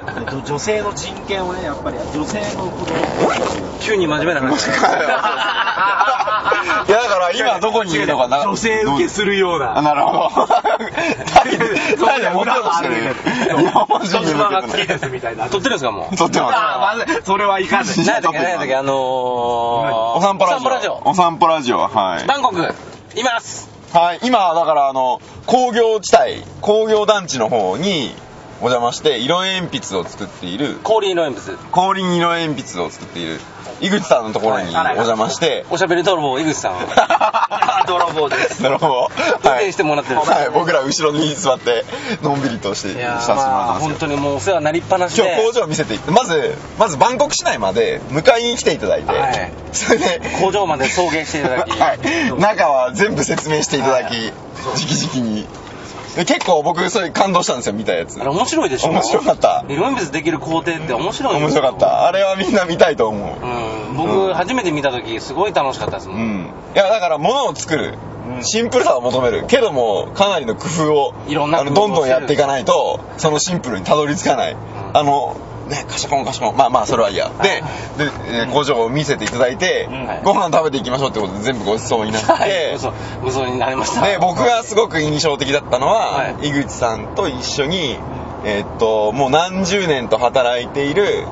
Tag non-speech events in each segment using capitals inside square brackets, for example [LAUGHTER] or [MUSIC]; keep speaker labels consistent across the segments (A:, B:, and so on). A: えっと女性の人権をね、やっぱり、女性のこ
B: 急に真面目な話。
C: いやだから今どこにいるのかな
A: の、女性受けするよう
C: あ
A: な。
C: なるほど [LAUGHS] 誰で持とうとしてる日本人に
A: 妻
C: 向
A: が
C: け
A: 好き
C: てね
A: ですみたい
C: [LAUGHS]
A: な。
B: 撮ってるんですか、もう。
C: 撮ってます
A: あーまずいそれはいかない。
B: 何だっけ、何だっけ、あのー、
C: お散歩ラジ
B: お散歩ラジ
C: オお散歩ラジオはい
B: バンコク、います
C: はい、今だからあの工業地帯工業団地の方にお邪魔して色鉛筆を作っている
B: 氷の鉛筆。
C: 氷に色鉛筆を作っている井口さんのところにお
A: はい
C: 邪魔して、
B: おしゃべり泥棒、井口
C: [LAUGHS]
B: さんを。
A: 泥棒です。
C: なるほど、は
B: 運転してもらってる
C: はい、僕ら後ろに座ってのんびりとして
B: い
C: さ
B: や
C: せ
B: ー
C: ても
B: ま
C: ら
B: あ
C: ってま
B: 本
C: す
B: 当にもうお世話になりっぱなしで
C: 今日工場を見せていまずまずバンコク市内まで迎えに来ていただいて、
B: はい
C: それで
B: 工場まで送迎していただき
C: [LAUGHS] はい、中は全部説明していただき、直々にで結構僕それ感動したんですよ見たやつ
B: あれ面白いでしょ
C: 面白かった
B: 色鉛筆できる工程って面白い
C: 面白かったあれはみんな見たいと思う
B: うん僕初めて見た時すごい楽しかったですも、
C: うんんいやだから物を作るシンプルさを求めるけどもかなりの工夫を
B: いろんな
C: あ
B: 工夫
C: の
B: を
C: どんどんやっていかないとそのシンプルにたどり着かない、
B: ん
C: あのねカシャコンカシャコンまあまあそれはいいやでで、えー工場を見せていただいて、
B: ん
C: ご飯食べていきましょうってことで全部ごちそうになって、
B: はい嘘嘘になりました
C: で僕がすごく印象的だったのは、
B: は
C: 井口さんと一緒に、えーっともう何十年と働いている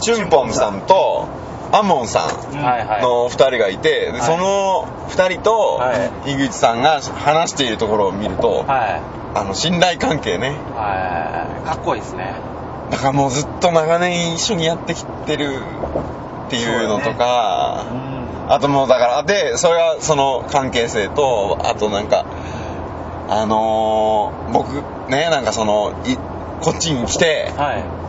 C: チュンポンさんとアモンさん
B: はいはい
C: の2人がいて、で
B: はい
C: その2人と
B: は
C: 井口さんが話しているところを見ると、
B: は
C: あの信頼関係ね
B: いはいかっこいいですね
C: だからもうずっと長年一緒にやってきてるっていうのとか、あともうだからでそれはその関係性とあとなんかあのー僕ねなんかそのいこっちに来て
B: は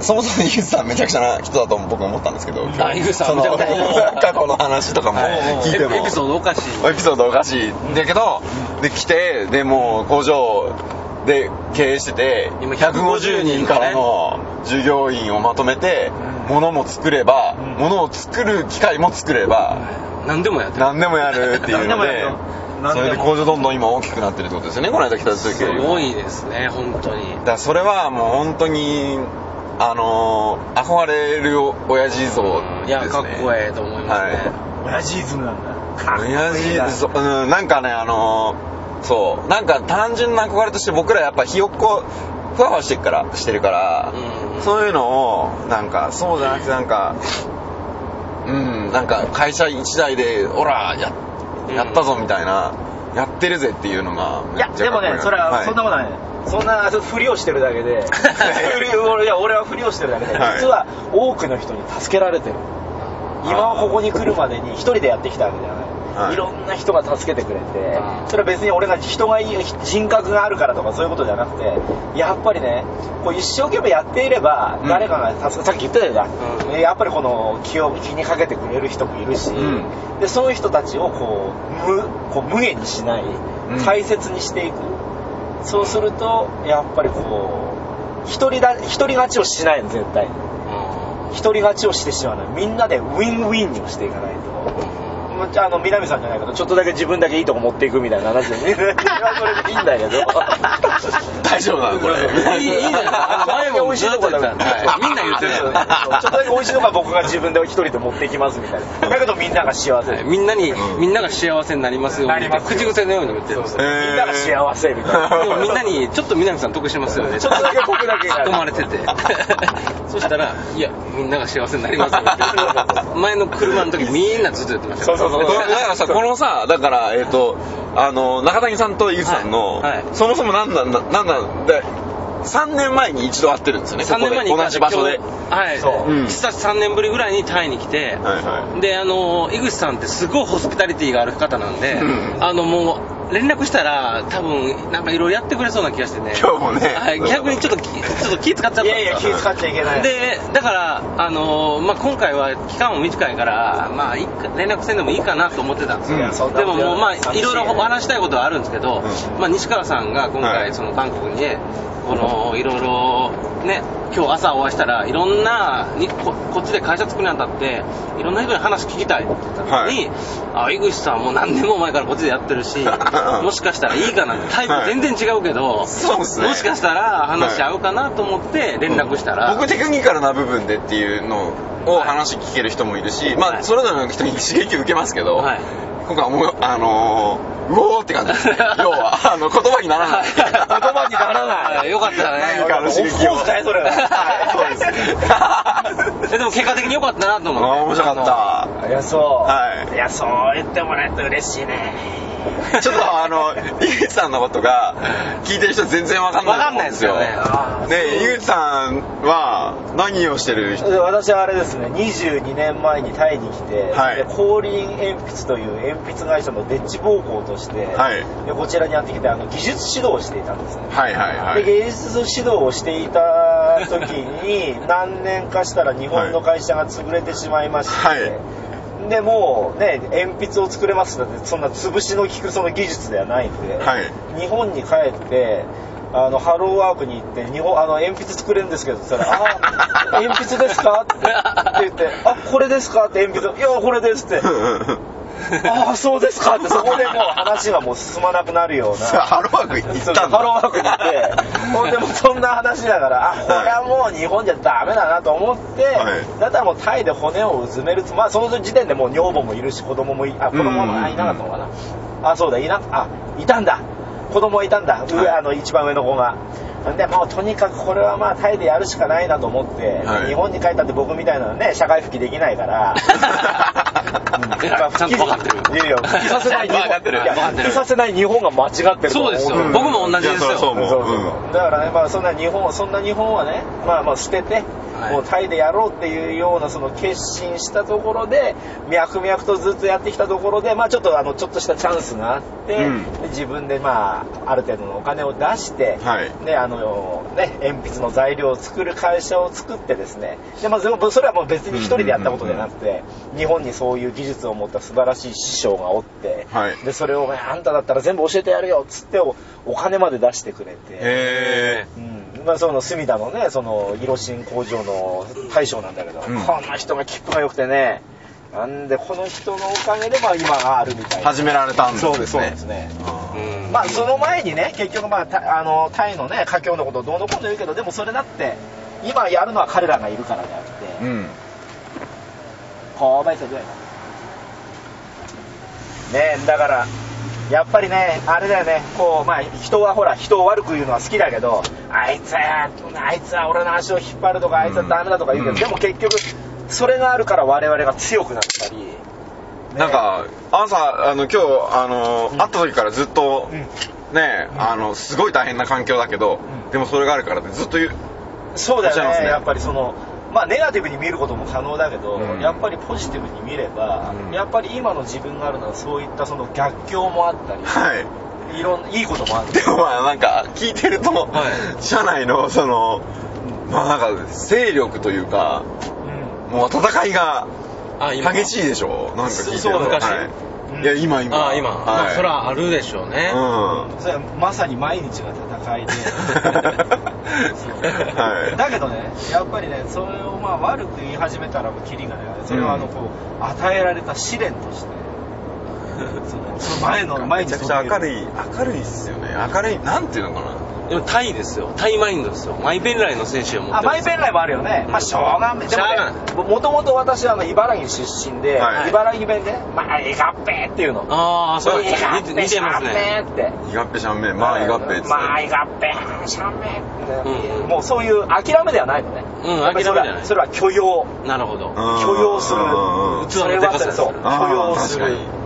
C: そもそも井口さんめちゃくちゃな人だと僕は思ったんですけど
B: あ [LAUGHS] 井口さん
C: その
B: めちゃくちゃな人 [LAUGHS]
C: 過去の話とかも
B: はい
C: 聞いても、
B: エピソードおかしい
C: エピソードおかしいだけどで来てでもう工場で経営してて
B: 今
C: 150人からの従業員をまとめて物も作れば物を作る機械も作れば
B: 何でもやってる
C: 何でもやるってい
A: 何で
C: うの
A: もやる
C: で
A: よ何
C: そ
A: でも
C: れで工場どんどん今大きくなってるってことですよねこの間来た時
B: す
C: よりも
B: ごいですね本当に
C: だからそれはもう本当にあのー憧れる親父像です、ね、
B: いやかっこええと思いますね、
C: は
A: 親父イズムなんだ。かっこいいな
C: 親父そう、うん、なんかねあのーそうなんか単純な憧れとして僕らやっぱひよっこふわふわしてるからしてるから、
B: うん
C: そういうのをなんかそうじゃなくてなんかうんなんか会社一台でほらややったぞみたいな、やってるぜっていうのがめ
A: い
C: っちゃ
A: や、
C: かっこい
A: でもね、それは、そんなことないね。そんな、ふりをしてるだけ
C: [LAUGHS]
A: で、ふり俺いや俺はふりをしてるだけで、
C: はい
A: 実は多くの人に助けられてる。今はここに来るまでに一人でやってきたわけじゃない。
C: はい
A: い、ろんな人が助けてくれて
B: あ、ー
A: それは別に俺が人がいい、人格があるからとかそういうことじゃなくて、やっぱりね、こう一生懸命やっていれば、
C: うん
A: 誰かが助け、さっき言ってたじゃん、
B: うん
A: ねやっぱりこの気を気にかけてくれる人もいるし、
C: うん
A: でそういう人たちをこう無こう無限にしない
C: ん
A: 大切にしていく、そうするとやっぱりこう一人だ一人勝ちをしないの絶対に一人勝ちをしてしまうのみんなでウィンウィンにもしていかないと。もうあの南さんじゃないけどちょっとだけ自分だけいいとこ持っていくみたいな話でそれでいいん
B: [LAUGHS]
A: だけど
C: 大丈夫なのこれ
B: いいいいじゃない前もずっと言ってたんではいみんな言ってる
A: ちょっとだけ美味しいのが僕が自分で一人で持っていきますみたいなだけどみんなが幸せ
B: はいみんなに、みんなが幸せになりますよう
A: な
B: に
A: り
B: って
A: ますよ
B: 口癖のように言ってるんですよ
A: みんなが幸せみたいな。
B: でもみんなに、ちょっと南さん得しますよね。
A: ちょっとだけ僕だけ
B: 突っ込まれて
A: [LAUGHS]
B: て。そしたら、いや、みんなが幸せになりますよって。前の車の時みんなずっと言ってましたよ。
A: そうそう
C: だからさこのさだからえっ、とあの中谷さんと井口さんの、
B: はいはい
C: そもそもなんなんだなんなんで3年前に一度会ってるんですよね
B: 3年前に
C: ここで同じ場所で
B: 今日はい。
A: そう
C: うん
B: 久し3年ぶりぐらいにタイに来て、
C: はいは
B: で、あの、井口さんってすごいホスピタリティがある方なんで
C: う、ん
B: あの、もう、連絡したら、多分、なんかいろいろやってくれそうな気がしてね。
C: 今日もね
B: はい、逆にちょっとき、ちょっと気使っちゃったん
A: い
B: ですよ
A: やいや、気使っちゃいけない。
B: でだから、あのーまあ、今回は期間も短いから、まあ、いっか連絡せんでもいいかなと思ってたんですよ、
C: うんそ
A: んな
B: でももう、まあ、
A: 寂しいね
B: いろいろ話したいことはあるんですけど、
C: う
B: まあ、西川さんが今
C: は
B: 回
C: い
B: その韓国にねこのいろいろね今日朝お会いしたらいろんなにここっちで会社作るにあたっていろんな人に話聞きたいって言ったのに、あ井口さんはもう何年も前からこっちでやってるしもしかしたらいいかなタイプ全然違うけど、
C: そうですね
B: もしかしたら話合うかなと思って連絡したら、
C: 僕テクニカルな部分でっていうのを話聞ける人もいるし、ま
B: は
C: あ
B: い
C: それぞれの人に刺激を受けますけど、
B: はい
C: 今回はもうあのー、うおーって感じです
B: [LAUGHS]
C: ね要はあの言葉にならない
B: 言葉
A: にならない
B: よかったね
C: 何かの刺激を
A: オフコースかいそ [LAUGHS] れ
B: [LAUGHS]
C: はいそうですね
B: えでも結果的に良かったなと思って
C: あー面白かった
A: ありがとう。
C: はい
A: いや、そう言ってもらえると嬉しいね。
C: ちょっとあの、井口さんのことが、聞いてる人全然わかんない。
B: わかんないですよね
A: あー
C: ね井口さんは、何をしてる人
A: で私はあれですね22年前にタイに来て、
C: はい
A: で光輪鉛筆という鉛筆会社のデッチ奉公として、
C: はい
A: でこちらにやってきてあの技術指導をしていたんですね、
C: はいはいは
A: で
C: い。
A: 芸術指導をしていた時
C: [LAUGHS]
A: に何年かしたら日本の会社が潰れてしまいまして、
C: は
A: でもうね鉛筆を作れますなんてそんな潰しの効くその技術ではないんで、 [LAUGHS]
C: はい
A: 日本に帰ってあのハローワークに行って日本あの鉛筆作れるんですけどって言
C: [LAUGHS]
A: ったら「あ鉛筆ですか?」って言って「あこれですか?」って鉛筆を「いやこれです」って
C: うんうんうん
A: 「ああそうですか」ってそこでもう話がもう進まなくなるような
C: さあ、ハローワーク行
A: そ
C: っ
A: う
C: たんだ。
A: ハローワー
B: [LAUGHS]
A: クに行って、ほんでもうそんな話だから、あ、これはもう日本じゃダメだなと思って、
C: はい
A: だったらもうタイで骨をうずめるつ、まあその時点でもう女房もいるし、子供もい、あ、子供
C: うんうんうん
A: もあいなかったのかな。あ、そうだ、いな、あ、いたんだ。子供いたんだ。上、あの、一番上の子が。で、もうとにかくこれはまあタイでやるしかないなと思って、
C: はい
A: 日本に帰ったって僕みたいなのね、社会復帰できないから、
B: えらい [LAUGHS] ちゃんと分かってる
A: いやいや、復帰させない日本
B: 分かってる
A: いや
B: 分かってる
A: 復帰させない日本が間違ってると思
B: そうですよ、
A: ん
B: 僕も同じです
C: いやそ
B: よ
C: りゃそう思う
A: そうそうそう
C: う
A: だからね、まあ、そんな日本そんな日本はね、まあ、まあ捨てて、
B: はい
A: もうタイでやろうっていうようなその決心したところで脈々とずっとやってきたところで、まあ、ちょっとあのちょっとしたチャンスがあって、
C: うん
A: で自分で、まあ、ある程度のお金を出して、
C: はい
A: ねあのね、鉛筆の材料を作る会社を作ってですねで、まあ、全部それはもう別に一人でやったことじゃなくて、日本にそういう技術を持った素晴らしい師匠がおって、
C: はい
A: でそれを、ねあんただったら全部教えてやるよっつっておお金まで出してくれて。
C: へ
A: うんまあ、その隅田のねその色新工場の大将なんだけど、
C: うん
A: この人が切符が良くてねなんでこの人のおかげでまあ今があるみた
C: ー。
A: いな
C: 始められたんですね。
A: そうですそうですね
C: あー
B: うん
A: まあその前にね結局まあたあのタイのね華僑のことをどうのこうの言うけどでもそれだって今やるのは彼らがいるからであって、
C: うん。
A: 購買者ぐらいだねえだからやっぱりねあれだよねこうまあ人はほら人を悪く言うのは好きだけどあいつはあいつは俺の足を引っ張るとかあいつはダメだとか言うけど、
C: うん
A: でも結局それがあるから我々が強くなったり、
C: なんか、朝、あの、今日、あの、
A: うん
C: 会った時からずっと、
A: うん
C: ね、あの、すごい大変な環境だけど
A: う、ん
C: でもそれがあるからってずっと言う。
A: そうだ
C: おっしゃいま
A: よ
C: す
A: ね
C: ね
A: やっぱりそのまあネガティブに見ることも可能だけど、
C: うん
A: やっぱりポジティブに見れば、
C: うん
A: やっぱり今の自分があるのはそういったその逆境もあった
C: [LAUGHS]
A: り、
C: はい。
A: い、ろんないいこともあって
C: でもまあなんか聞いてると、
B: は
C: 社内のそのまあなんか勢力というかもう戦いが
B: あ今
C: 激しいでしょなんか聞いてると
B: そう昔
C: はい、
A: うん
C: いや今今
B: あ今、
C: はい、
B: まあそれはあるでしょうね、
C: うん
A: それはまさに毎日が戦いでそう
C: [LAUGHS] はい
A: だけどねやっぱりねそれをまあ悪く言い始めたらもうキリがないのでそれはあのこう与えられた試練としてそのその前の毎日
C: めちゃくちゃ明
A: い
C: るい明るいっすよね明るいなんていうのかな
B: でもタイですよタイマインドですよマイペンライの精神を持って
A: あマイペンライもあるよね、まあ、しょうがん
B: しょうが
A: でもねもともと私はあの茨城出身で、
C: はい
A: 茨城弁で「まあいがっぺー」っていうの
B: ああそう
A: いがっぺ
B: 似て
A: ー
B: 似てますね
A: しゃんべーって
C: いがっぺしゃんべんまあいがっぺっつって、
A: まあいがっぺしゃんべ
B: うんうん
A: もうそういう諦めではないのね
B: うん
A: やっぱりそれは
B: 諦めじゃない
A: それは許容
B: なるほど、
C: うん
A: 許容する
C: うんうんうん
B: 器のでかさです
A: そう許容す
C: あー
A: る
C: 確か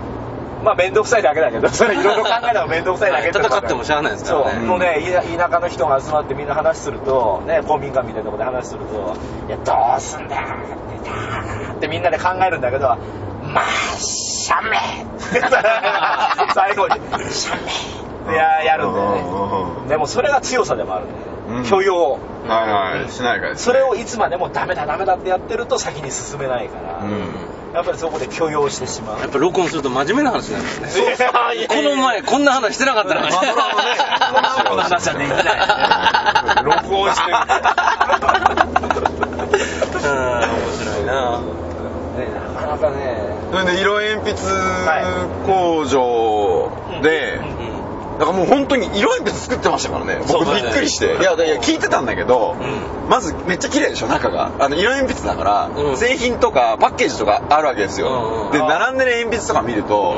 A: まあ面倒くさいだけだけどそれいろいろ考えたら面倒くさいだけ
B: はい戦ってもしゃあないですからね
A: そうもうねい田舎の人が集まってみんな話するとね公民館みたいなところで話すると「いやどうすんだよ」ってだーってみんなで考えるんだけど「まあしゃめ」最後に「しゃめ」いややるんだよね
C: うん
A: でもそれが強さでもあるんだよね、
C: うん
A: 許容
C: はいはいしないからです
A: そ
C: ね
A: れをいつまでもダメだダメだってやってると先に進めないから、
C: うん
A: やっぱりそこで許容してしまう
B: やっぱ録音すると真面目な話になるんですね
A: [LAUGHS] そうそう
B: この前こんな話してなかったな。
C: まあそれはね
A: この話はできない
C: 録
A: 音してる
C: で
B: うん
C: だからもう本当に色鉛筆作ってましたからね
B: そ
C: 僕
B: うだ
C: び
B: ね
C: っくりしていやいや聞いてたんだけど、
B: う
C: まずめっちゃ綺麗でしょ中があの色鉛筆だから、
B: うん
C: 製品とかパッケージとかあるわけです
B: うん
C: よ、
B: うん
C: で並んでる鉛筆とか見ると、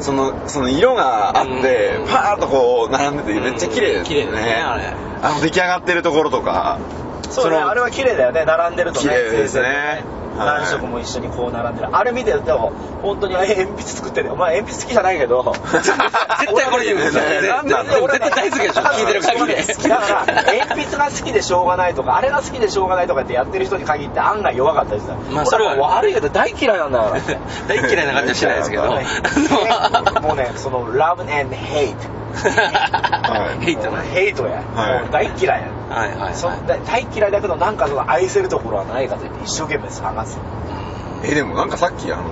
C: そのその色があって、
B: うん
C: パーッとこう並んでてめっちゃ綺麗ですね、
B: うん綺麗だねあれ
C: あの出来上がってるところとか
A: そうね
C: の
A: あれは綺麗だよね並んでるとね
C: 綺麗です
A: 全
C: ね
A: 然
C: はい
A: 何色も一緒にこう並んでるあれ見てると本当にあ鉛筆作ってるお前鉛筆好きじゃないけど絶
B: [LAUGHS] [LAUGHS] 絶対これ言うよ
C: ね [LAUGHS]
B: 絶
C: なんだろう
B: 対絶対大好きでしょ聞いてる限り
A: 好きだから鉛筆が好きでしょうがないとかあれが好きでしょうがないとかってやってる人に限って案外弱かったりする
B: まあそれは
A: 俺悪いけど大嫌いなんだか
B: [LAUGHS]
A: ら
B: 大嫌いな感じはしてないですけど
C: そう
A: ねもうねその love and hate
C: はい
B: [LAUGHS] ヘイトな
A: ヘイトや、
C: はい
A: もう大嫌いや
B: はいはい
A: そんな大嫌いだけどなんかその愛せるところはないかと言って一生懸命探す
C: えでもなんかさっきあの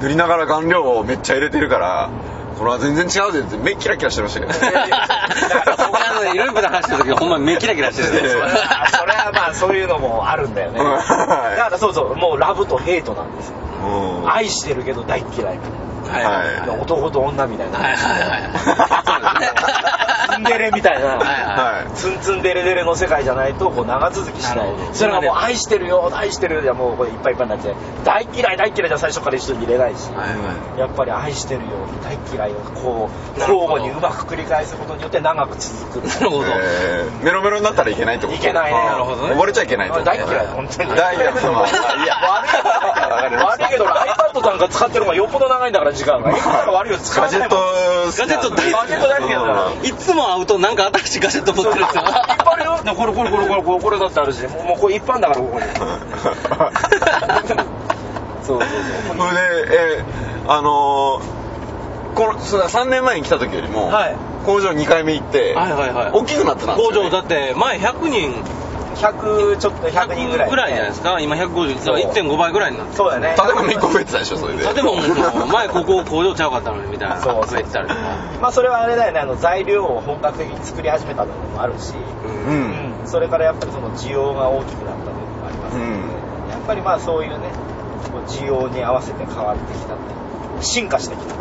C: 塗りながら顔料をめっちゃ入れてるからこれは全然違うぜって目キラキラしてましたけど
B: 僕あの、いろいろ話してる時ほんま目キラキラしてるんです
A: [LAUGHS]
B: よ
A: それはまあそういうのもあるんだよね
C: うん
A: だ
C: はい
A: からそうそうもうラブとヘイトなんですよ
C: うん
A: 愛してるけど大嫌いみたい
B: はい
C: はい
A: な男と女みたい
B: はい
A: な
B: はいはい
A: ツンデレみたい
B: はいはい
A: なツンツンデレデレの世界じゃないとこう長続きしな
B: ないるほど
A: それがもう愛してるよ愛してるよじゃもうこれいっぱいいっぱいになっちゃう大嫌い大嫌いじゃ最初から一緒にいれないし
B: はいはい
A: やっぱり愛してるよ大嫌いをこう
B: なる
A: 交
B: ほど
A: 互にうまく繰り返すことによって長く続く
B: なるほど
C: えーメロメロになったらいけないってこと
A: いけないね
C: あー
A: なる
B: ほどね
C: 溺れちゃいけないってこと
A: 大嫌い本当に
C: 大嫌い
B: [LAUGHS]
C: まあいやわかりまし
A: 悪
C: た
A: いけど俺 iPad なんか使ってる方がよっぽど長いんだから時間が。今から悪いよ使
C: ガ
A: わ
C: ジェ
A: な
C: ッ
A: いもん。
C: ト
B: ガジェット大
A: ガ
B: 好き
A: ジェット大好きだから
B: いつも会うとなんか新しいガジェット持ってるんですよ
A: いっぱいあるよ。これこれこれこれこれこれだってあるし、もうもうこれ一般だからここに。そうそう
C: [LAUGHS] それで、えーあのーこのそうだ3年前に来た時よりも、
A: はい
C: 工場2回目行って、
B: はいはいはい
C: 大きくなってたんです
B: 工
C: よ、ね、
B: 場だって前100人
A: そう。100ちょっと100人ぐらい。
B: じゃないですか今150だから1.5倍ぐらいになって
A: そうだよね。
C: 建物1個増えてたでしょそれで
B: 建物も前ここ工場ちゃうかったのにみたいな
A: そう
B: 増えてたりとか
A: まあそれはあれだよね、あの材料を本格的に作り始めたのもあるし、
C: う
A: うんん、それからやっぱりその需要が大きくなったというのもあります
C: う
A: ね。
C: ん
A: やっぱりまあそういうね、こう需要に合わせて変わってきたって、進化してきた。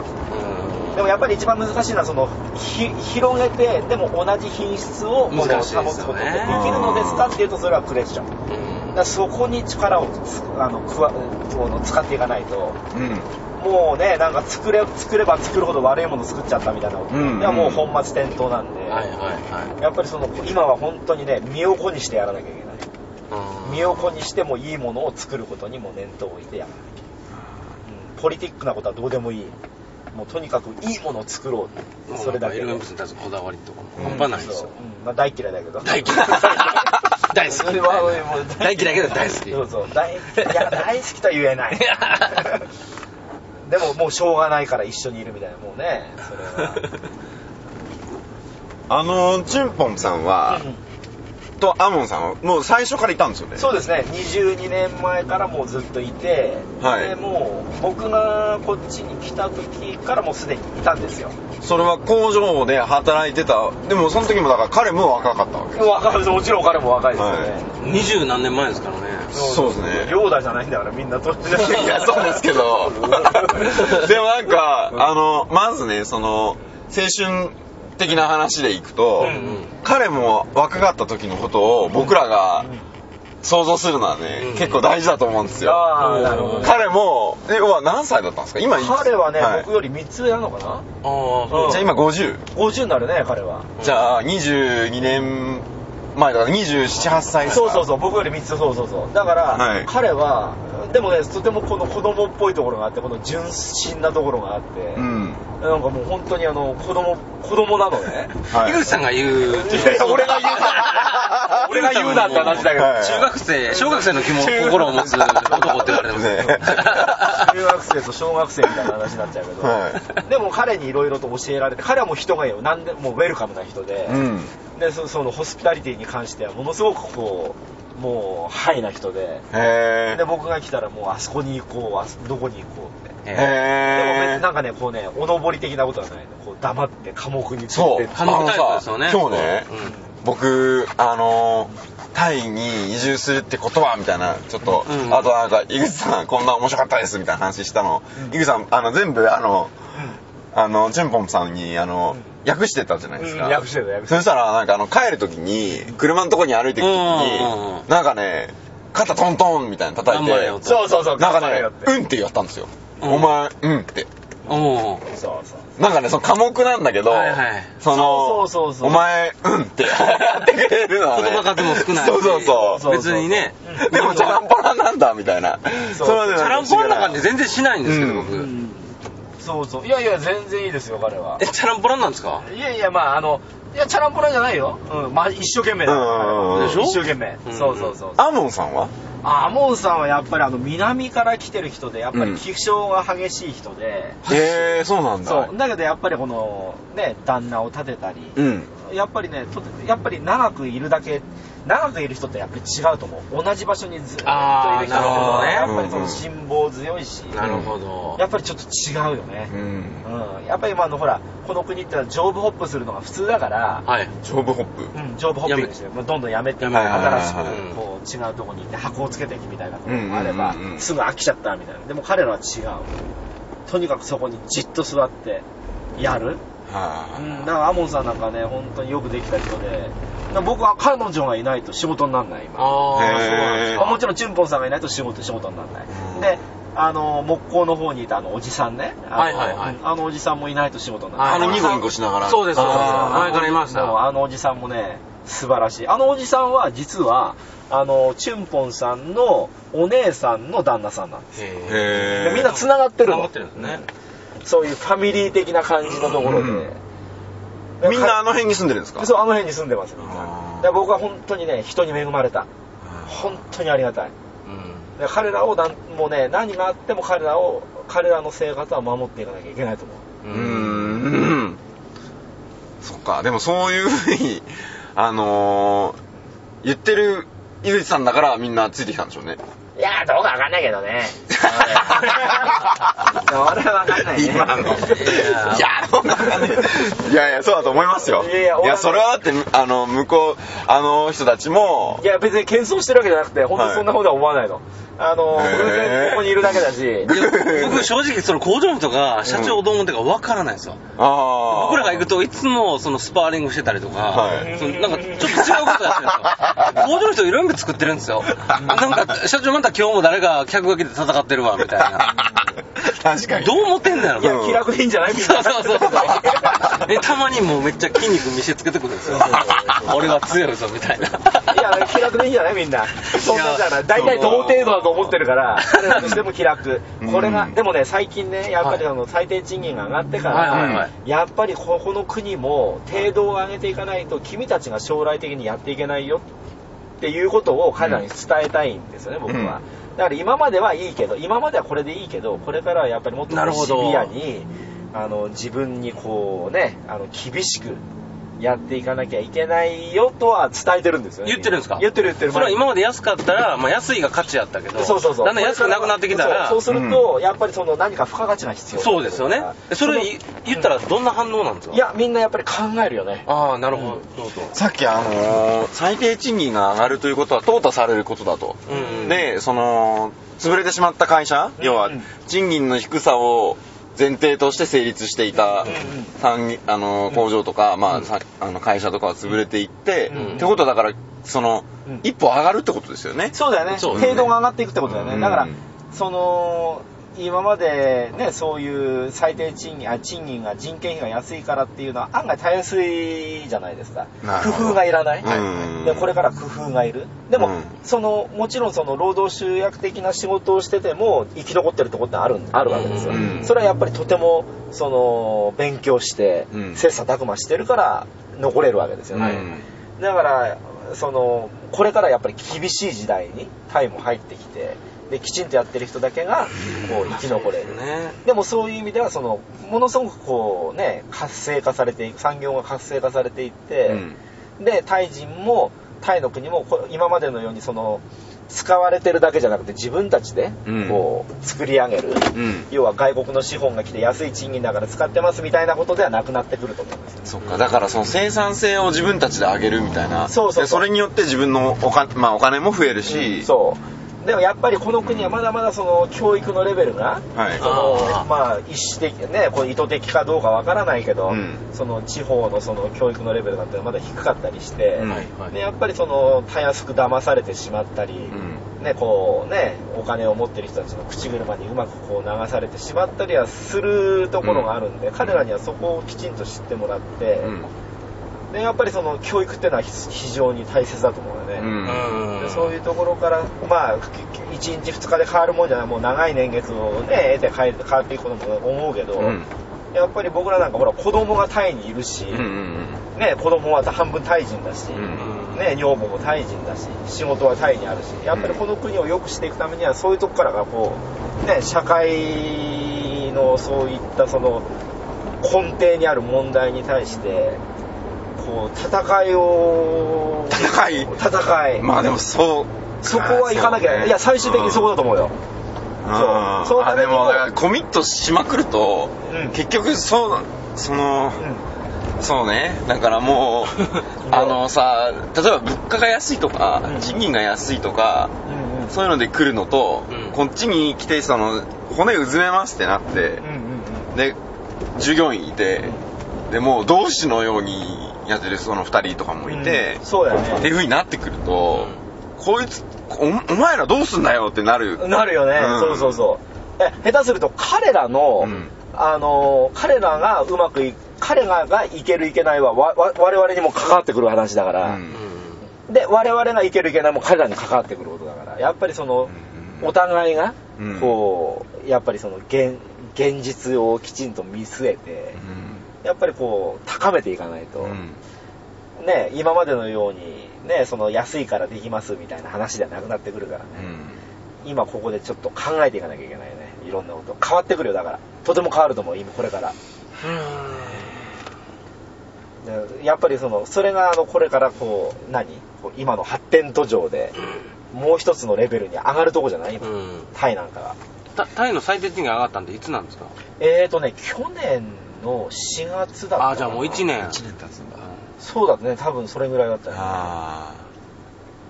A: でもやっぱり一番難しいのはそのひ広げてでも同じ品質をこの
B: 難しい
A: 保
B: で
A: つ
B: す
A: こと
B: よ
A: が
B: ね
A: できるのですかっていうとそれはプレッシャーだからそこに力をつあのくわこの使っていかないと
C: うん
A: もうねなんか作れ作れば作るほど悪いもの作っちゃったみたいなこと、
C: うん
A: ではもう本末転倒なんで、
B: はいはいは
A: やっぱりその今は本当にね身を粉にしてやらなきゃいけない
B: い
A: 身を粉にしてもいいものを作ることにも念頭を置いてやらなきゃいけない、うんポリティックなことはどうでもいいもうとにかくいいものを作ろうそれだけ
B: エ
A: で
B: ルメンプスに対するこだわりとかも半端ないですよ
A: うんまあ、大嫌いだけど
B: 大
A: [LAUGHS]
B: 嫌い [LAUGHS] 大好き
A: それは俺も
B: 大嫌いだけど大好き
A: そうそう大いや大好きとは言えないでももうしょうがないから一緒にいるみたいなもうねそれは
C: あのチュンポンさん
B: [LAUGHS]
C: は、とアモンさんはもう最初からいたんですよね
A: そうですね22年前からもうずっといて、
C: はい
A: でもう僕がこっちに来た時からもうすでにいたんですよ
C: それは工場で働いてたでもその時もだから彼も若かったわけです
A: 若いもちろん彼も若いですよね、
C: はい
B: [LAUGHS] 二十何年前ですからね
C: そうですね
A: ヨーダじゃないんだからみんな年だし
C: [LAUGHS] いや、そう [LAUGHS] ですけ
A: [LAUGHS]
C: ど。でもなんか、あの、まずね、その、青春的な話でいくと、
A: うんうん
C: 彼も若かった時のことを僕らが想像するのはね、
B: うん
C: 結構大事だと思うんですよ。
A: ああなるほどね
C: 彼も、え、要は何歳だったんですか今いくつ
A: 彼はね、
C: い
A: 僕より3つ上なのかな
B: ああそう
A: うん
C: じゃあ今50。
A: 50になるね彼は
C: じゃあ22年前だから27、8歳です
A: そ
C: か
A: うそうそう僕より3つそうそうそうだから、
C: はい
A: 彼はでもねとてもこの子供っぽいところがあってこの純真なところがあって、
C: うん。
A: なんかもう本当にあの子供子供なの
C: [LAUGHS]
A: ね
C: はい
B: 井口さんが言うっていう
A: いや俺が言う
B: [LAUGHS]
A: な俺が言うなって話だけど、
C: はい
B: 中学生小学生の気も心を持つ男って言われてます
C: ね
B: ね
A: 中学生と小学生みたいな話になっちゃうけど、
C: は
A: でも彼にいろいろと教えられて彼はもう人がいいよなんでもうウェルカムな人で、
C: うん。
A: でそそのホスピタリティに関してはものすごくこうもうハイな人で
C: へ
A: で僕が来たらもうあそこに行こうあそどこに行こうって
C: え。
B: [LAUGHS] え
A: でも別
C: へ
A: になんかねこうねおのぼり的なことはないのこう黙って科目につい
C: そ
A: て
C: う
A: って
B: 科目タイプですよね
C: あのさ今日ね、
B: うん
C: 僕あのタイに移住するってことはみたいなちょっと、
B: うん
C: あとなんか井口さんこんな面白かったですみたいな話したの、井口さんあの全部あの、あの、チュンポンさんに、あの、訳してたじゃないですか。
A: うん訳してた訳して
C: そしたら、なんかあの、帰る時に、車のとこに歩いてく時
B: うんうんうんう
C: に、なんかね、肩トントンみたいな叩いて
B: 頑張れよ、と
A: そうそうそう
C: なんか
A: 頑張れ
C: ね
A: よっ、て
C: うんって言ったんですよ。
B: うん
C: お前、うんって。
B: おお
A: そうそう
C: なんかね、その科目なんだけど、
B: はいはい
C: その、
A: そうそうそうそう
C: お前、うんって [LAUGHS] やってくれるのは、ね、
B: 言葉数も少ないし
C: そうそうそう。
A: そう
B: 別にね
C: でも、チャランポランなんだ、みたいな。
A: そう
C: れはね
B: チャランポンな感じ全然しないんですけど、
C: うん
B: 僕、
A: うんそうそういやいや全然いいですよ彼は
B: えチャランポランなんですか
A: いやいやまああのいやチャランポランじゃないよ、うんまあ、一生懸命だ、
C: うんうんうんうん
B: でしょ
A: 一生懸命、
B: うん
A: そうそうそう
C: アモンさんは
A: あアモンさんはやっぱりあの南から来てる人でやっぱり気性が激しい人で、
C: へえ、そうなんだ。
A: そうだけどやっぱりこのね旦那を立てたり、
C: うん。
A: やっぱりねとやっぱり長くいるだけ長くいる人ってやっぱり違うと思う同じ場所にずっといる人
B: あー
A: の方がね
B: な
A: や
B: る
A: っ
C: ほ
A: ぱ
C: どね
A: りその辛抱強いし、
B: なるほど
A: やっぱりちょっと違うよね
C: う、ん。
A: うん、やっぱり今のほらこの国ってのはジョブホップするのが普通だから、
B: はい
C: ジョブホップ。
A: うん、ジョブホッピングして、まあ、どんどんやめて、
B: やめて
A: 新し
C: はいはい
B: はい
A: くこう違うとこに行って箱をつけていくみたいなこともあれば、
C: うんうんうん
A: すぐ飽きちゃったみたいな。でも彼らは違う。とにかくそこにじっと座ってやる。
C: は
A: うん、だか
C: あ。
A: らアモンさんなんかね、本当によくできた人で、だから僕は彼女がいないと仕事にならない、今。
B: ああ、
C: へー
B: そうなんです
A: まあも
B: か
A: ちろんチュンポンさんがいないと仕事仕事にならない、
C: うん
A: であの木工の方にいたあのおじさんねあの,、
B: はいはいはい
A: あのおじさんもいないと仕事にならない
C: あのニコニコしながら。
B: そうですそうです
C: あー
B: 前からいました
A: もうあのおじさんもね素晴らしいあのおじさんは実はあのチュンポンさんのお姉さんの旦那さんなんです
B: へえ
C: へ
A: で
C: え。
A: みんなつながってる
B: 頑張
A: の
B: ってるんですね
A: そういうファミリー的な感じのところで、
C: うんみんなあの辺に住んでるんですか
A: そう
C: う。
A: あの辺に住んでますみんな
C: あー
A: だから僕は本当にね人に恵まれた本当にありがたいで彼らをなんもうね何があっても彼らを彼らの生活は守っていかなきゃいけないと思う
B: う、
C: うんん。うんそっか、でもそういうふうに、あのー、言ってる井口さんだからみんなついてきたんでしょうね。
A: いやーどうかわかんないけどね俺はわかんないね
C: 今の。いや
B: や、
C: どうなんかねいやいや、そうだと思いますよ。
A: いやいや俺はね
C: それはだって、あの、向こう、あの人たちも
A: い、や別に謙遜してるわけじゃなくて本当にそんなことは思わないの、あの
C: へー
A: 偶然ここにいるだけだし
B: いや僕正直その工場の人が社長どう思ってるかわからないんですよ、
C: ああ。
B: 僕らが行くといつもそのスパーリングしてたりとか、
C: はい
B: そのなんかちょっと違うことやってるんですよ工場の人いろいろ作ってるんですよなんか社長また今日も誰が客が来て戦ってるわみたいな
C: [LAUGHS] 確かに。
B: どう思ってんだろう
A: いや
C: うん
A: 気楽でいいんじゃないみたい
B: そう
A: な
B: そうそうそうでたまにもうめっちゃ筋肉見せつけてくるんですよ俺は強いぞみたいない
A: や気楽でいいんじゃないみんなそんなじゃない大体同程度だと思ってるから彼らとしても気楽
C: うん
A: これがでもね最近ねやっぱり
B: は
A: あの最低賃金が上がってか
B: はいはいは
A: ら
B: い
A: やっぱりここの国も程度を上げていかないと君たちが将来的にやっていけないよっていうことを彼らに伝えたいんですよね僕はだから今まではいいけど今まではこれでいいけどこれからはやっぱりもっと
B: なるほ
A: シ
B: ど
A: ビアにあの自分にこうねあの厳しくやっていかなきゃいけないよとは伝えてるんですよね。
B: 言ってるんですか
A: 言ってる言ってる。
B: それは今まで安かったら、まあ、安いが価値やったけど
A: そうそうそう。
B: だんだん安くなくなってきたら
A: そうそうすると、やっぱりその何か付加価値が必要。
B: そうですよねでそれ
A: い
B: い言ったらどんな反応なんですか
A: や、みんなやっぱり考えるよね。
B: ああなるほど、
C: さっきあのー最低賃金が上がるということは淘汰されることだと、
B: うん
C: でその潰れてしまった会社、
A: うん
C: 要は賃金の低さを前提として成立していた
A: ん
C: 産業あのー工場とか、まあ、さあの会社とかは潰れていって、
A: うん
C: ってことはだからその、
A: うん
C: 一歩上がるってことですよね。
A: そうだよね。
B: そう
A: 程度が上がっていくってことだよね。
C: うん
A: だから、その、今までね、そういう最低賃金、あ、賃金が人件費が安いからっていうのは案外たやすいじゃないですか。
C: な
A: 工
C: るほど
A: 夫がいらない。
C: うん
A: で、これから工夫がいる。でも、
C: うん
A: その、もちろんその労働集約的な仕事をしてても生き残ってるところってあるん、あるわけですよ。
C: うん
A: それはやっぱりとても、その、勉強して
C: う、ん
A: 切磋琢磨してるから残れるわけですよね。
C: うん
A: だからそのこれからやっぱり厳しい時代にタイも入ってきてできちんとやってる人だけがこう生き残れる、
B: ね
A: でもそういう意味ではそのものすごくこうね活性化されていく産業が活性化されていって、でタイ人もタイの国もこ今までのようにその使われてるだけじゃなくて自分たちで
C: うん
A: こう作り上げる、
C: うんうん
A: 要は外国の資本が来て安い賃金だから使ってますみたいなことではなくなってくると思うんですよ
C: そっかだからその生産性を自分たちで上げるみたいな
A: そうそうそう
C: でそれによって自分のお金,、まあ、お金も増えるし、
A: そうでもやっぱりこの国はまだまだその教育のレベルが、
C: はい
A: そ
B: あー
A: のまあ一種的ねこれ意図的かどうかわからないけど、
C: うん
A: その地方のその教育のレベルなんてまだ低かったりして、
C: うん
B: はいはい
A: でやっぱりそのたやすく騙されてしまったり、
C: う
A: ねこうねお金を持ってる人たちの口車にうまくこう流されてしまったりはするところがあるんで、彼らにはそこをきちんと知ってもらって、
C: うん
A: でやっぱりその教育っていうのは非常に大切だと思うよね。
C: うん
B: うん
A: でそういうところから、まあ、1日2日で変わるもんじゃない、もう長い年月をね、得て変え変わっていくことも思うけど、
C: うん
A: やっぱり僕らなんかほら、子供がタイにいるし、
C: うんうん
A: ね、子供は半分タイ人だし、
C: うん
A: ね、女房もタイ人だし、仕事はタイにあるし、やっぱりこの国を良くしていくためには、そういうとこからがこう、ね、社会のそういったその根底にある問題に対して、こう、戦いを、
C: 戦い
A: 戦い。
C: まあでもそう
A: そこは行かなき
C: そう
A: ゃ、
C: ね
A: いや、最終的にそこだと思うよ。
C: あ
A: そうその
C: あ
A: ため
C: で
A: にも
C: もだからコミットしまくると、
A: うん
C: 結局そうなその、
A: う
C: そうねだからもうあのさ例えば物価が安いとか、
A: うん
C: 賃金が安いとか
A: ん。うんうん。
C: そういうので来るのと、
B: うん
C: こっちに来てその骨うずめますってなって
A: うん、うん
C: で従業員いてでもう同志のようにやってるその2人とかも
A: うん。
C: いて、
A: うんそうだよ
C: っていう
A: ね。
C: 風になってくると、こいつおお前らどうすんだよってなる、
A: なるよね、
C: うん
A: そうそうそう。え、下手すると彼らの、
C: うん
A: あのー、彼らがうまくい、彼らがいけるいけないは、わ、わ我々にも関わってくる話だか
C: う
A: ら、
C: ん
A: で、我々がいけるいけないも彼らに関わってくることだから、やっぱりその、お互いが
C: うん、
A: こう、やっぱりその、現、現実をきちんと見据えて、やっぱりこう、高めていかないと、
C: うん
A: ね、今までのように、ね、その安いからできますみたいな話ではなくなってくるからね、今ここでちょっと考えていかなきゃいけないね、いろんなこと、変わってくるよ、だから、とても変わると思う、今、これから。でやっぱりその、それがあのこれからこう、何こう今の発展途上で、もう一つのレベルに上がるとこじゃない、今、
B: うん
A: タイなんかが。
B: タタイの最低賃金が上がったんでいつなんですか
A: えーとね、去年の4月だったかな
B: あーじゃあもう1年
C: 1年経つんだ
A: そうだね、多分それぐらいだったね。
C: あ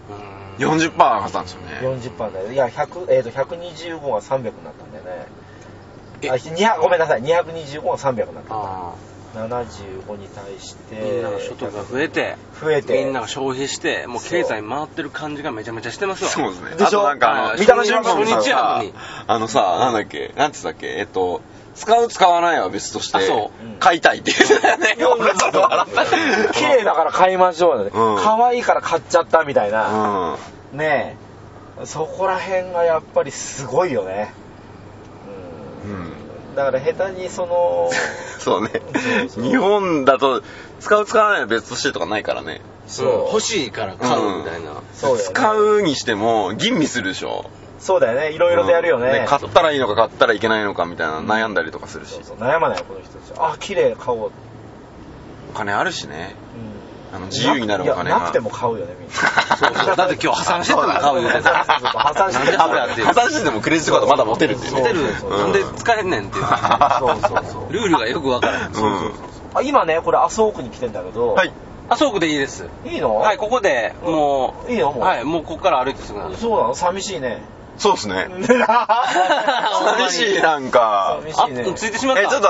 B: うん
C: ー40%上がったんですよね
A: 40パーで、いや、100、えーと、125が300になったんだよね。
B: え
A: あ、200、ごめんなさい、225が300になった。
B: あ
A: 75に対して、
B: ーみんなが所得が増えて
A: 増えて、
B: みんなが消費してもう経済回ってる感じがめちゃめちゃしてますよ
C: そうですね
A: で
C: あ
A: しょ
C: となんかあ
B: は
C: の
B: い
C: 三田新聞
B: 初日なの
C: さ
B: に
C: あのさなんだっけなんつったっけえっと使う使わないは別として
B: あそう
C: 買いたいって言ってたよね
A: いや
C: 俺ちょっと笑った
A: 綺麗だから買いましょうね。
C: うん
A: 可愛いから買っちゃったみたいな。
C: [LAUGHS] うん
A: ねえ。そこら辺がやっぱりすごいよね。
C: うん
A: うん。だから下手にそ
C: [LAUGHS]
A: の、
C: そうね
A: そうそう
C: 日本だと使う使わないは別としてとかないからね
B: そう欲しいから買うみたいな、
A: そうだよね。
C: 使うにしても吟味するでしょ
A: そうだよね。いろいろとやるよ
C: うん
A: ね
C: で。買ったらいいのか買ったらいけないのかみたいな悩んだりとかするし
A: そうそう悩まないよ、この人たちは。あ、綺麗買おう。
C: お金あるしね
A: うん
C: あの自由になるお金
A: いや
C: が
A: なくても買うよね、みんな。
B: そうそう [LAUGHS] だって今日破産してたから買う言うてた
A: そうそうそう破産して
B: なんでそれやって
C: 果たしてでもクレジットカードまだ持てるっていうね
B: ホテル
A: そうそう
B: なんで使えんねんっ
A: [LAUGHS]
B: ていう
A: そうそうそう
B: ルールがよくわからん
C: うん
A: あ今ね、これ麻生区に来てんだけど、
C: はい
B: あそこでいいです
A: いいの
B: はいここでもう、
A: いいよもう
B: はいもうここから歩いてすぐなんで
A: そうなの寂しいね。
C: そうですね寂
A: [LAUGHS] 寂
C: しいなんか
A: 寂し
B: あ
A: いね。
B: ついてしまった
C: えちょっと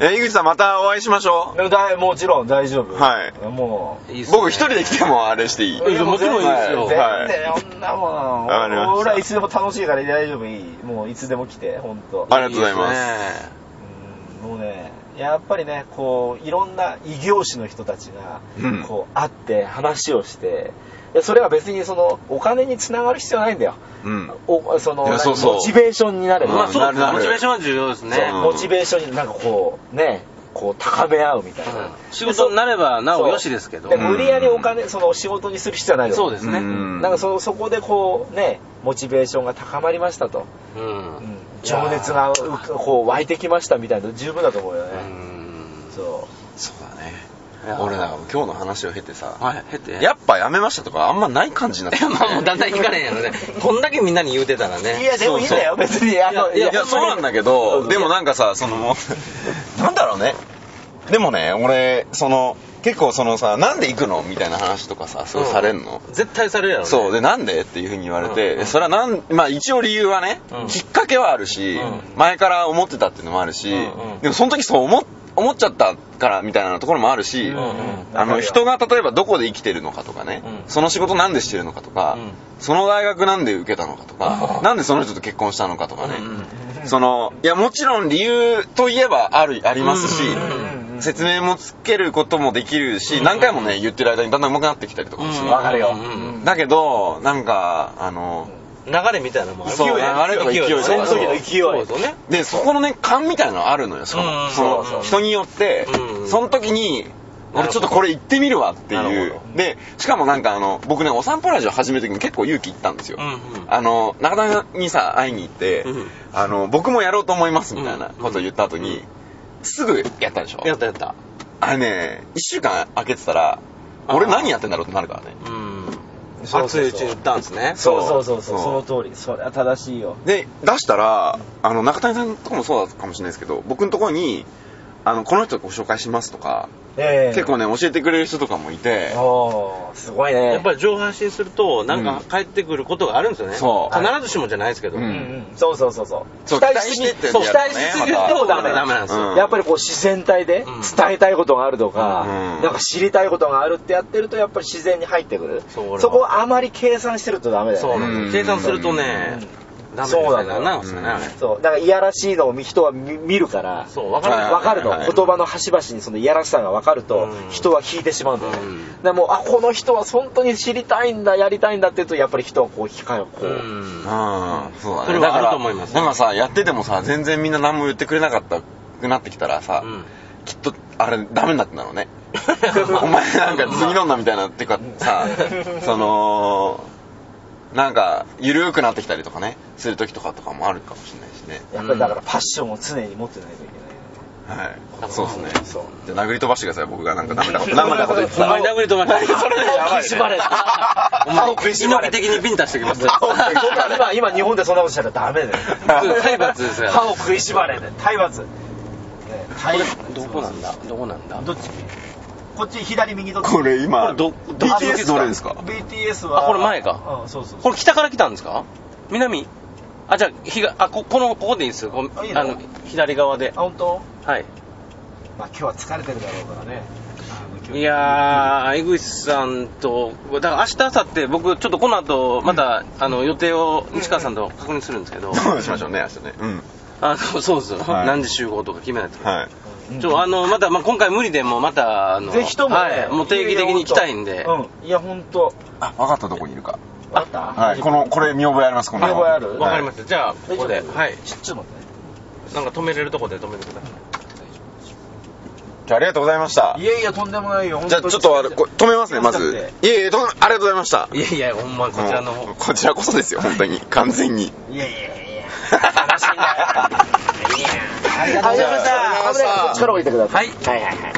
C: え井口さんまたお会いしましょう
A: でもだいもちろん大丈夫。
C: はい
A: もう。
B: いいっすね
C: 僕一人で来てもあれしていい
B: えやもちろんいいですよ
A: 全
C: はい
A: 然、全然女も
C: わかりました
A: ん。俺はいつでも楽しいから大丈夫いい。もういつでも来て、ほんと。
C: ありがとうございます
B: ですね
A: うんもうね、やっぱりね、こう、いろんな異業種の人たちが
C: うん、
A: こう、会って話をして、いやそれは別にその、お金につながる必要ないんだよ。
C: うん
A: おその
C: いやそうそう
A: モチベーションになれば、
B: まあそう
C: なるなる
B: モチベーションは重要ですね
A: そう
C: うん
A: モチベーションになんかこうねこう高め合うみたいな、
B: うん仕事になればなおよしですけど
A: で
C: うん
A: 無理やりお金その仕事にする必要はないよ
B: そうですね
C: うん
A: なんかそそこでこうねモチベーションが高まりましたと、
B: うん
A: うん情熱がうこう湧いてきましたみたいなの十分だと思うよね
B: う、ん
A: そ
C: そうだね俺だから今日の話を経てさ
B: はい減って
C: やっぱやめましたとかあんまない感じになっ
B: い
C: て
B: や
C: るね
B: まあもうだんだん引かれんやろねこんだけみんなに言うてたら
A: う
B: ね
A: いやでもいいんだよ別にあの
B: いや
C: いや、そうなんだけど、でもなんかさ、その、なんだろうね。でもね、俺、その、結構そのさなんで行くのみたいな話とかさすごいされんの、
B: 絶対されるやろ、ね、
C: そうでなんでっていうふうに言われて、それはなんまあ一応理由はね、
B: うん
C: きっかけはあるし、
B: う
C: 前から思ってたっていうのもあるし、
B: うんうん
C: でもその時そう思っ思っちゃったからみたいなところもあるし、
B: うんうん
C: あの人が例えばどこで生きてるのかとかね、
B: うん
C: その仕事なんでしてるのかとか、
B: うん
C: その大学なんで受けたのかとか、
B: うん
C: なんでその人と結婚したのかとかね、
B: うんうん
C: そのいやもちろん理由といえばあるありますし、
B: うん
A: うんうん
C: 説明もつけることもできるし、何回もね言ってる間にだんだん上手くなってきたりとかもする、
A: んわかるよ
B: うんうんうん
C: だけどなんかあの
B: 流れみたいなのもある
C: そう
A: 勢い
C: あれとか勢いとか
A: その時の勢い
B: そうそうね
C: でそこのね勘みたいなのあるのよそ
B: うんうんうん
C: のその人によって、
B: うん
C: その時に俺ちょっとこれ行ってみるわって
B: なる
C: い
B: ほ
C: うでしかもなんかあの僕ねお散歩ラジオ始める時に結構勇気いったんですよ、
B: うんうん
C: あの中谷さんにさ会いに行って、
B: うん
C: あの僕もやろうと思いますみたいなことを言った後に、
B: うん
C: すぐやったでしょ
B: やったやった
C: あれね1週間空けてたら俺何やってんだろうってなるからね
B: うん
A: そう
B: 熱
A: そうそう
B: いうちに言ったんですね
A: そうそうそうそう
C: そ
A: そうの通りそれは正しいよ
C: で出したらあの中谷さんとかもそうだったかもしれないですけど僕のところにあのこの人ご紹介しますとか、
A: ええ
C: 結構ね教えてくれる人とかもいて
A: おーすごいね
B: やっぱり情報発信するとなんか
C: うん
B: 返ってくることがあるんですよね
C: そう
B: 必ずしもじゃないですけど
A: う
C: う
A: んんうんそうそうそうそう
C: そう
A: 期待しすぎ
C: 期待してって
A: そう
C: や
A: 期
C: るとね
A: 待しすぎるとダ
B: ダメ
A: メ
B: ダメなんですよ
C: うん
A: やっぱりこう自然体で
B: うん
A: 伝えたいことがあるとか、
C: うん
A: なんか知りたいことがあるってやってるとやっぱり自然に入ってくる
B: そう俺
A: そ
B: は
A: こをあまり計算してるとダメだ
B: そ
A: よ
B: う
A: ね
B: なんです計算するとね
A: うん
B: ダメみたいな
A: そう
B: な
A: なんん
B: で
A: だ
B: すよねあれ
A: そうだからいやらしいのを見人は見見るから
B: そうわからない
C: はい
A: わかるの、
C: はい
A: 言葉の端々にそのいやらしさが分かると
B: うん
A: 人は引いてしまうんだよね、
B: う
A: だ
B: ん
A: からもうあこの人は本当に知りたいんだやりたいんだって言うとやっぱり人はこう機会をこう、
B: うん
C: うんそうだ
B: それ
C: ねだ
B: は
C: か
B: ある
C: ら
B: と思います
C: なんかさやっててもさ全然みんな何も言ってくれなかったくなってきたらさ、
B: うん
C: きっとあれダメになってんだろうね
B: [LAUGHS]
C: お前なんか次飲んだみたいなっていうかさそのなんか緩くなってきたりとかねする時とかとかもあるかもしれないしね
A: やっぱりだからパッションを常に持ってないといけない
C: はいそうですね
A: そう
C: じゃあ殴り飛ばしてください僕がなんかダメなことダメなこと言って
B: お
C: た
B: 前殴り止まれたそれでやばい
A: 食いしばれた
B: お前
A: 歯を食いしばれた
B: 猪木的にビンタしてきますよ [LAUGHS]
A: 今今日本でそんなことしたらダメだよ
B: 体罰ですよ
A: 歯を食いしばれて体罰ね体罰
B: どこなんだどこなんだ
A: どっちこっち左右どっち
C: これ今
B: これどど
C: BTS どれですか
A: BTS は
B: あこれ前か
A: うんそうそうそう
B: これ北から来たんですか南あじゃあ日があここのここでいいですよこ
A: あいいの
B: あの左側で
A: あ本当
B: はい
A: まあ今日は疲れてるだろうからねあの今日
B: いやー、江口さんと、だから明日、明後日僕、ちょっとこの後また、あの予定を西川さんと確認するんですけど、
C: どうしましょうね明日ねうん
B: あのそうですよ、
C: はい
B: 何時集合とか決めないと、
C: はい
B: ちょあのまた、まあ、今回無理でもうまたあの
A: ぜひともね
B: はい、もう定期的に行きたいんで、
A: うんいや本当
C: あ分かったどこにいるか
A: あった
C: はいこのこれ見覚えありますこの
A: 見覚えある
B: わかり
C: す
B: ました、じゃあ、ここで、
A: 大丈夫
B: はい、
A: ちょっと待ってね
B: なんか止めれるとこで止めてください。
C: じゃあありがとうございました
A: いやいやとんでもないよ本
C: じゃあ
A: 当
C: ち
A: に
C: ょっとあれこれ止めますねま
A: 気を
C: ず
A: 使って
C: いえいえどうもありがとうございました
B: いやいや、ほんま、こちらの方
C: もうこちらこそですよ本当に完全に
A: いやいやいや悲しいないやありがとうございました
C: ありがとうございました
A: 危ないからこっちから降りてください
B: はい
A: はいはいはい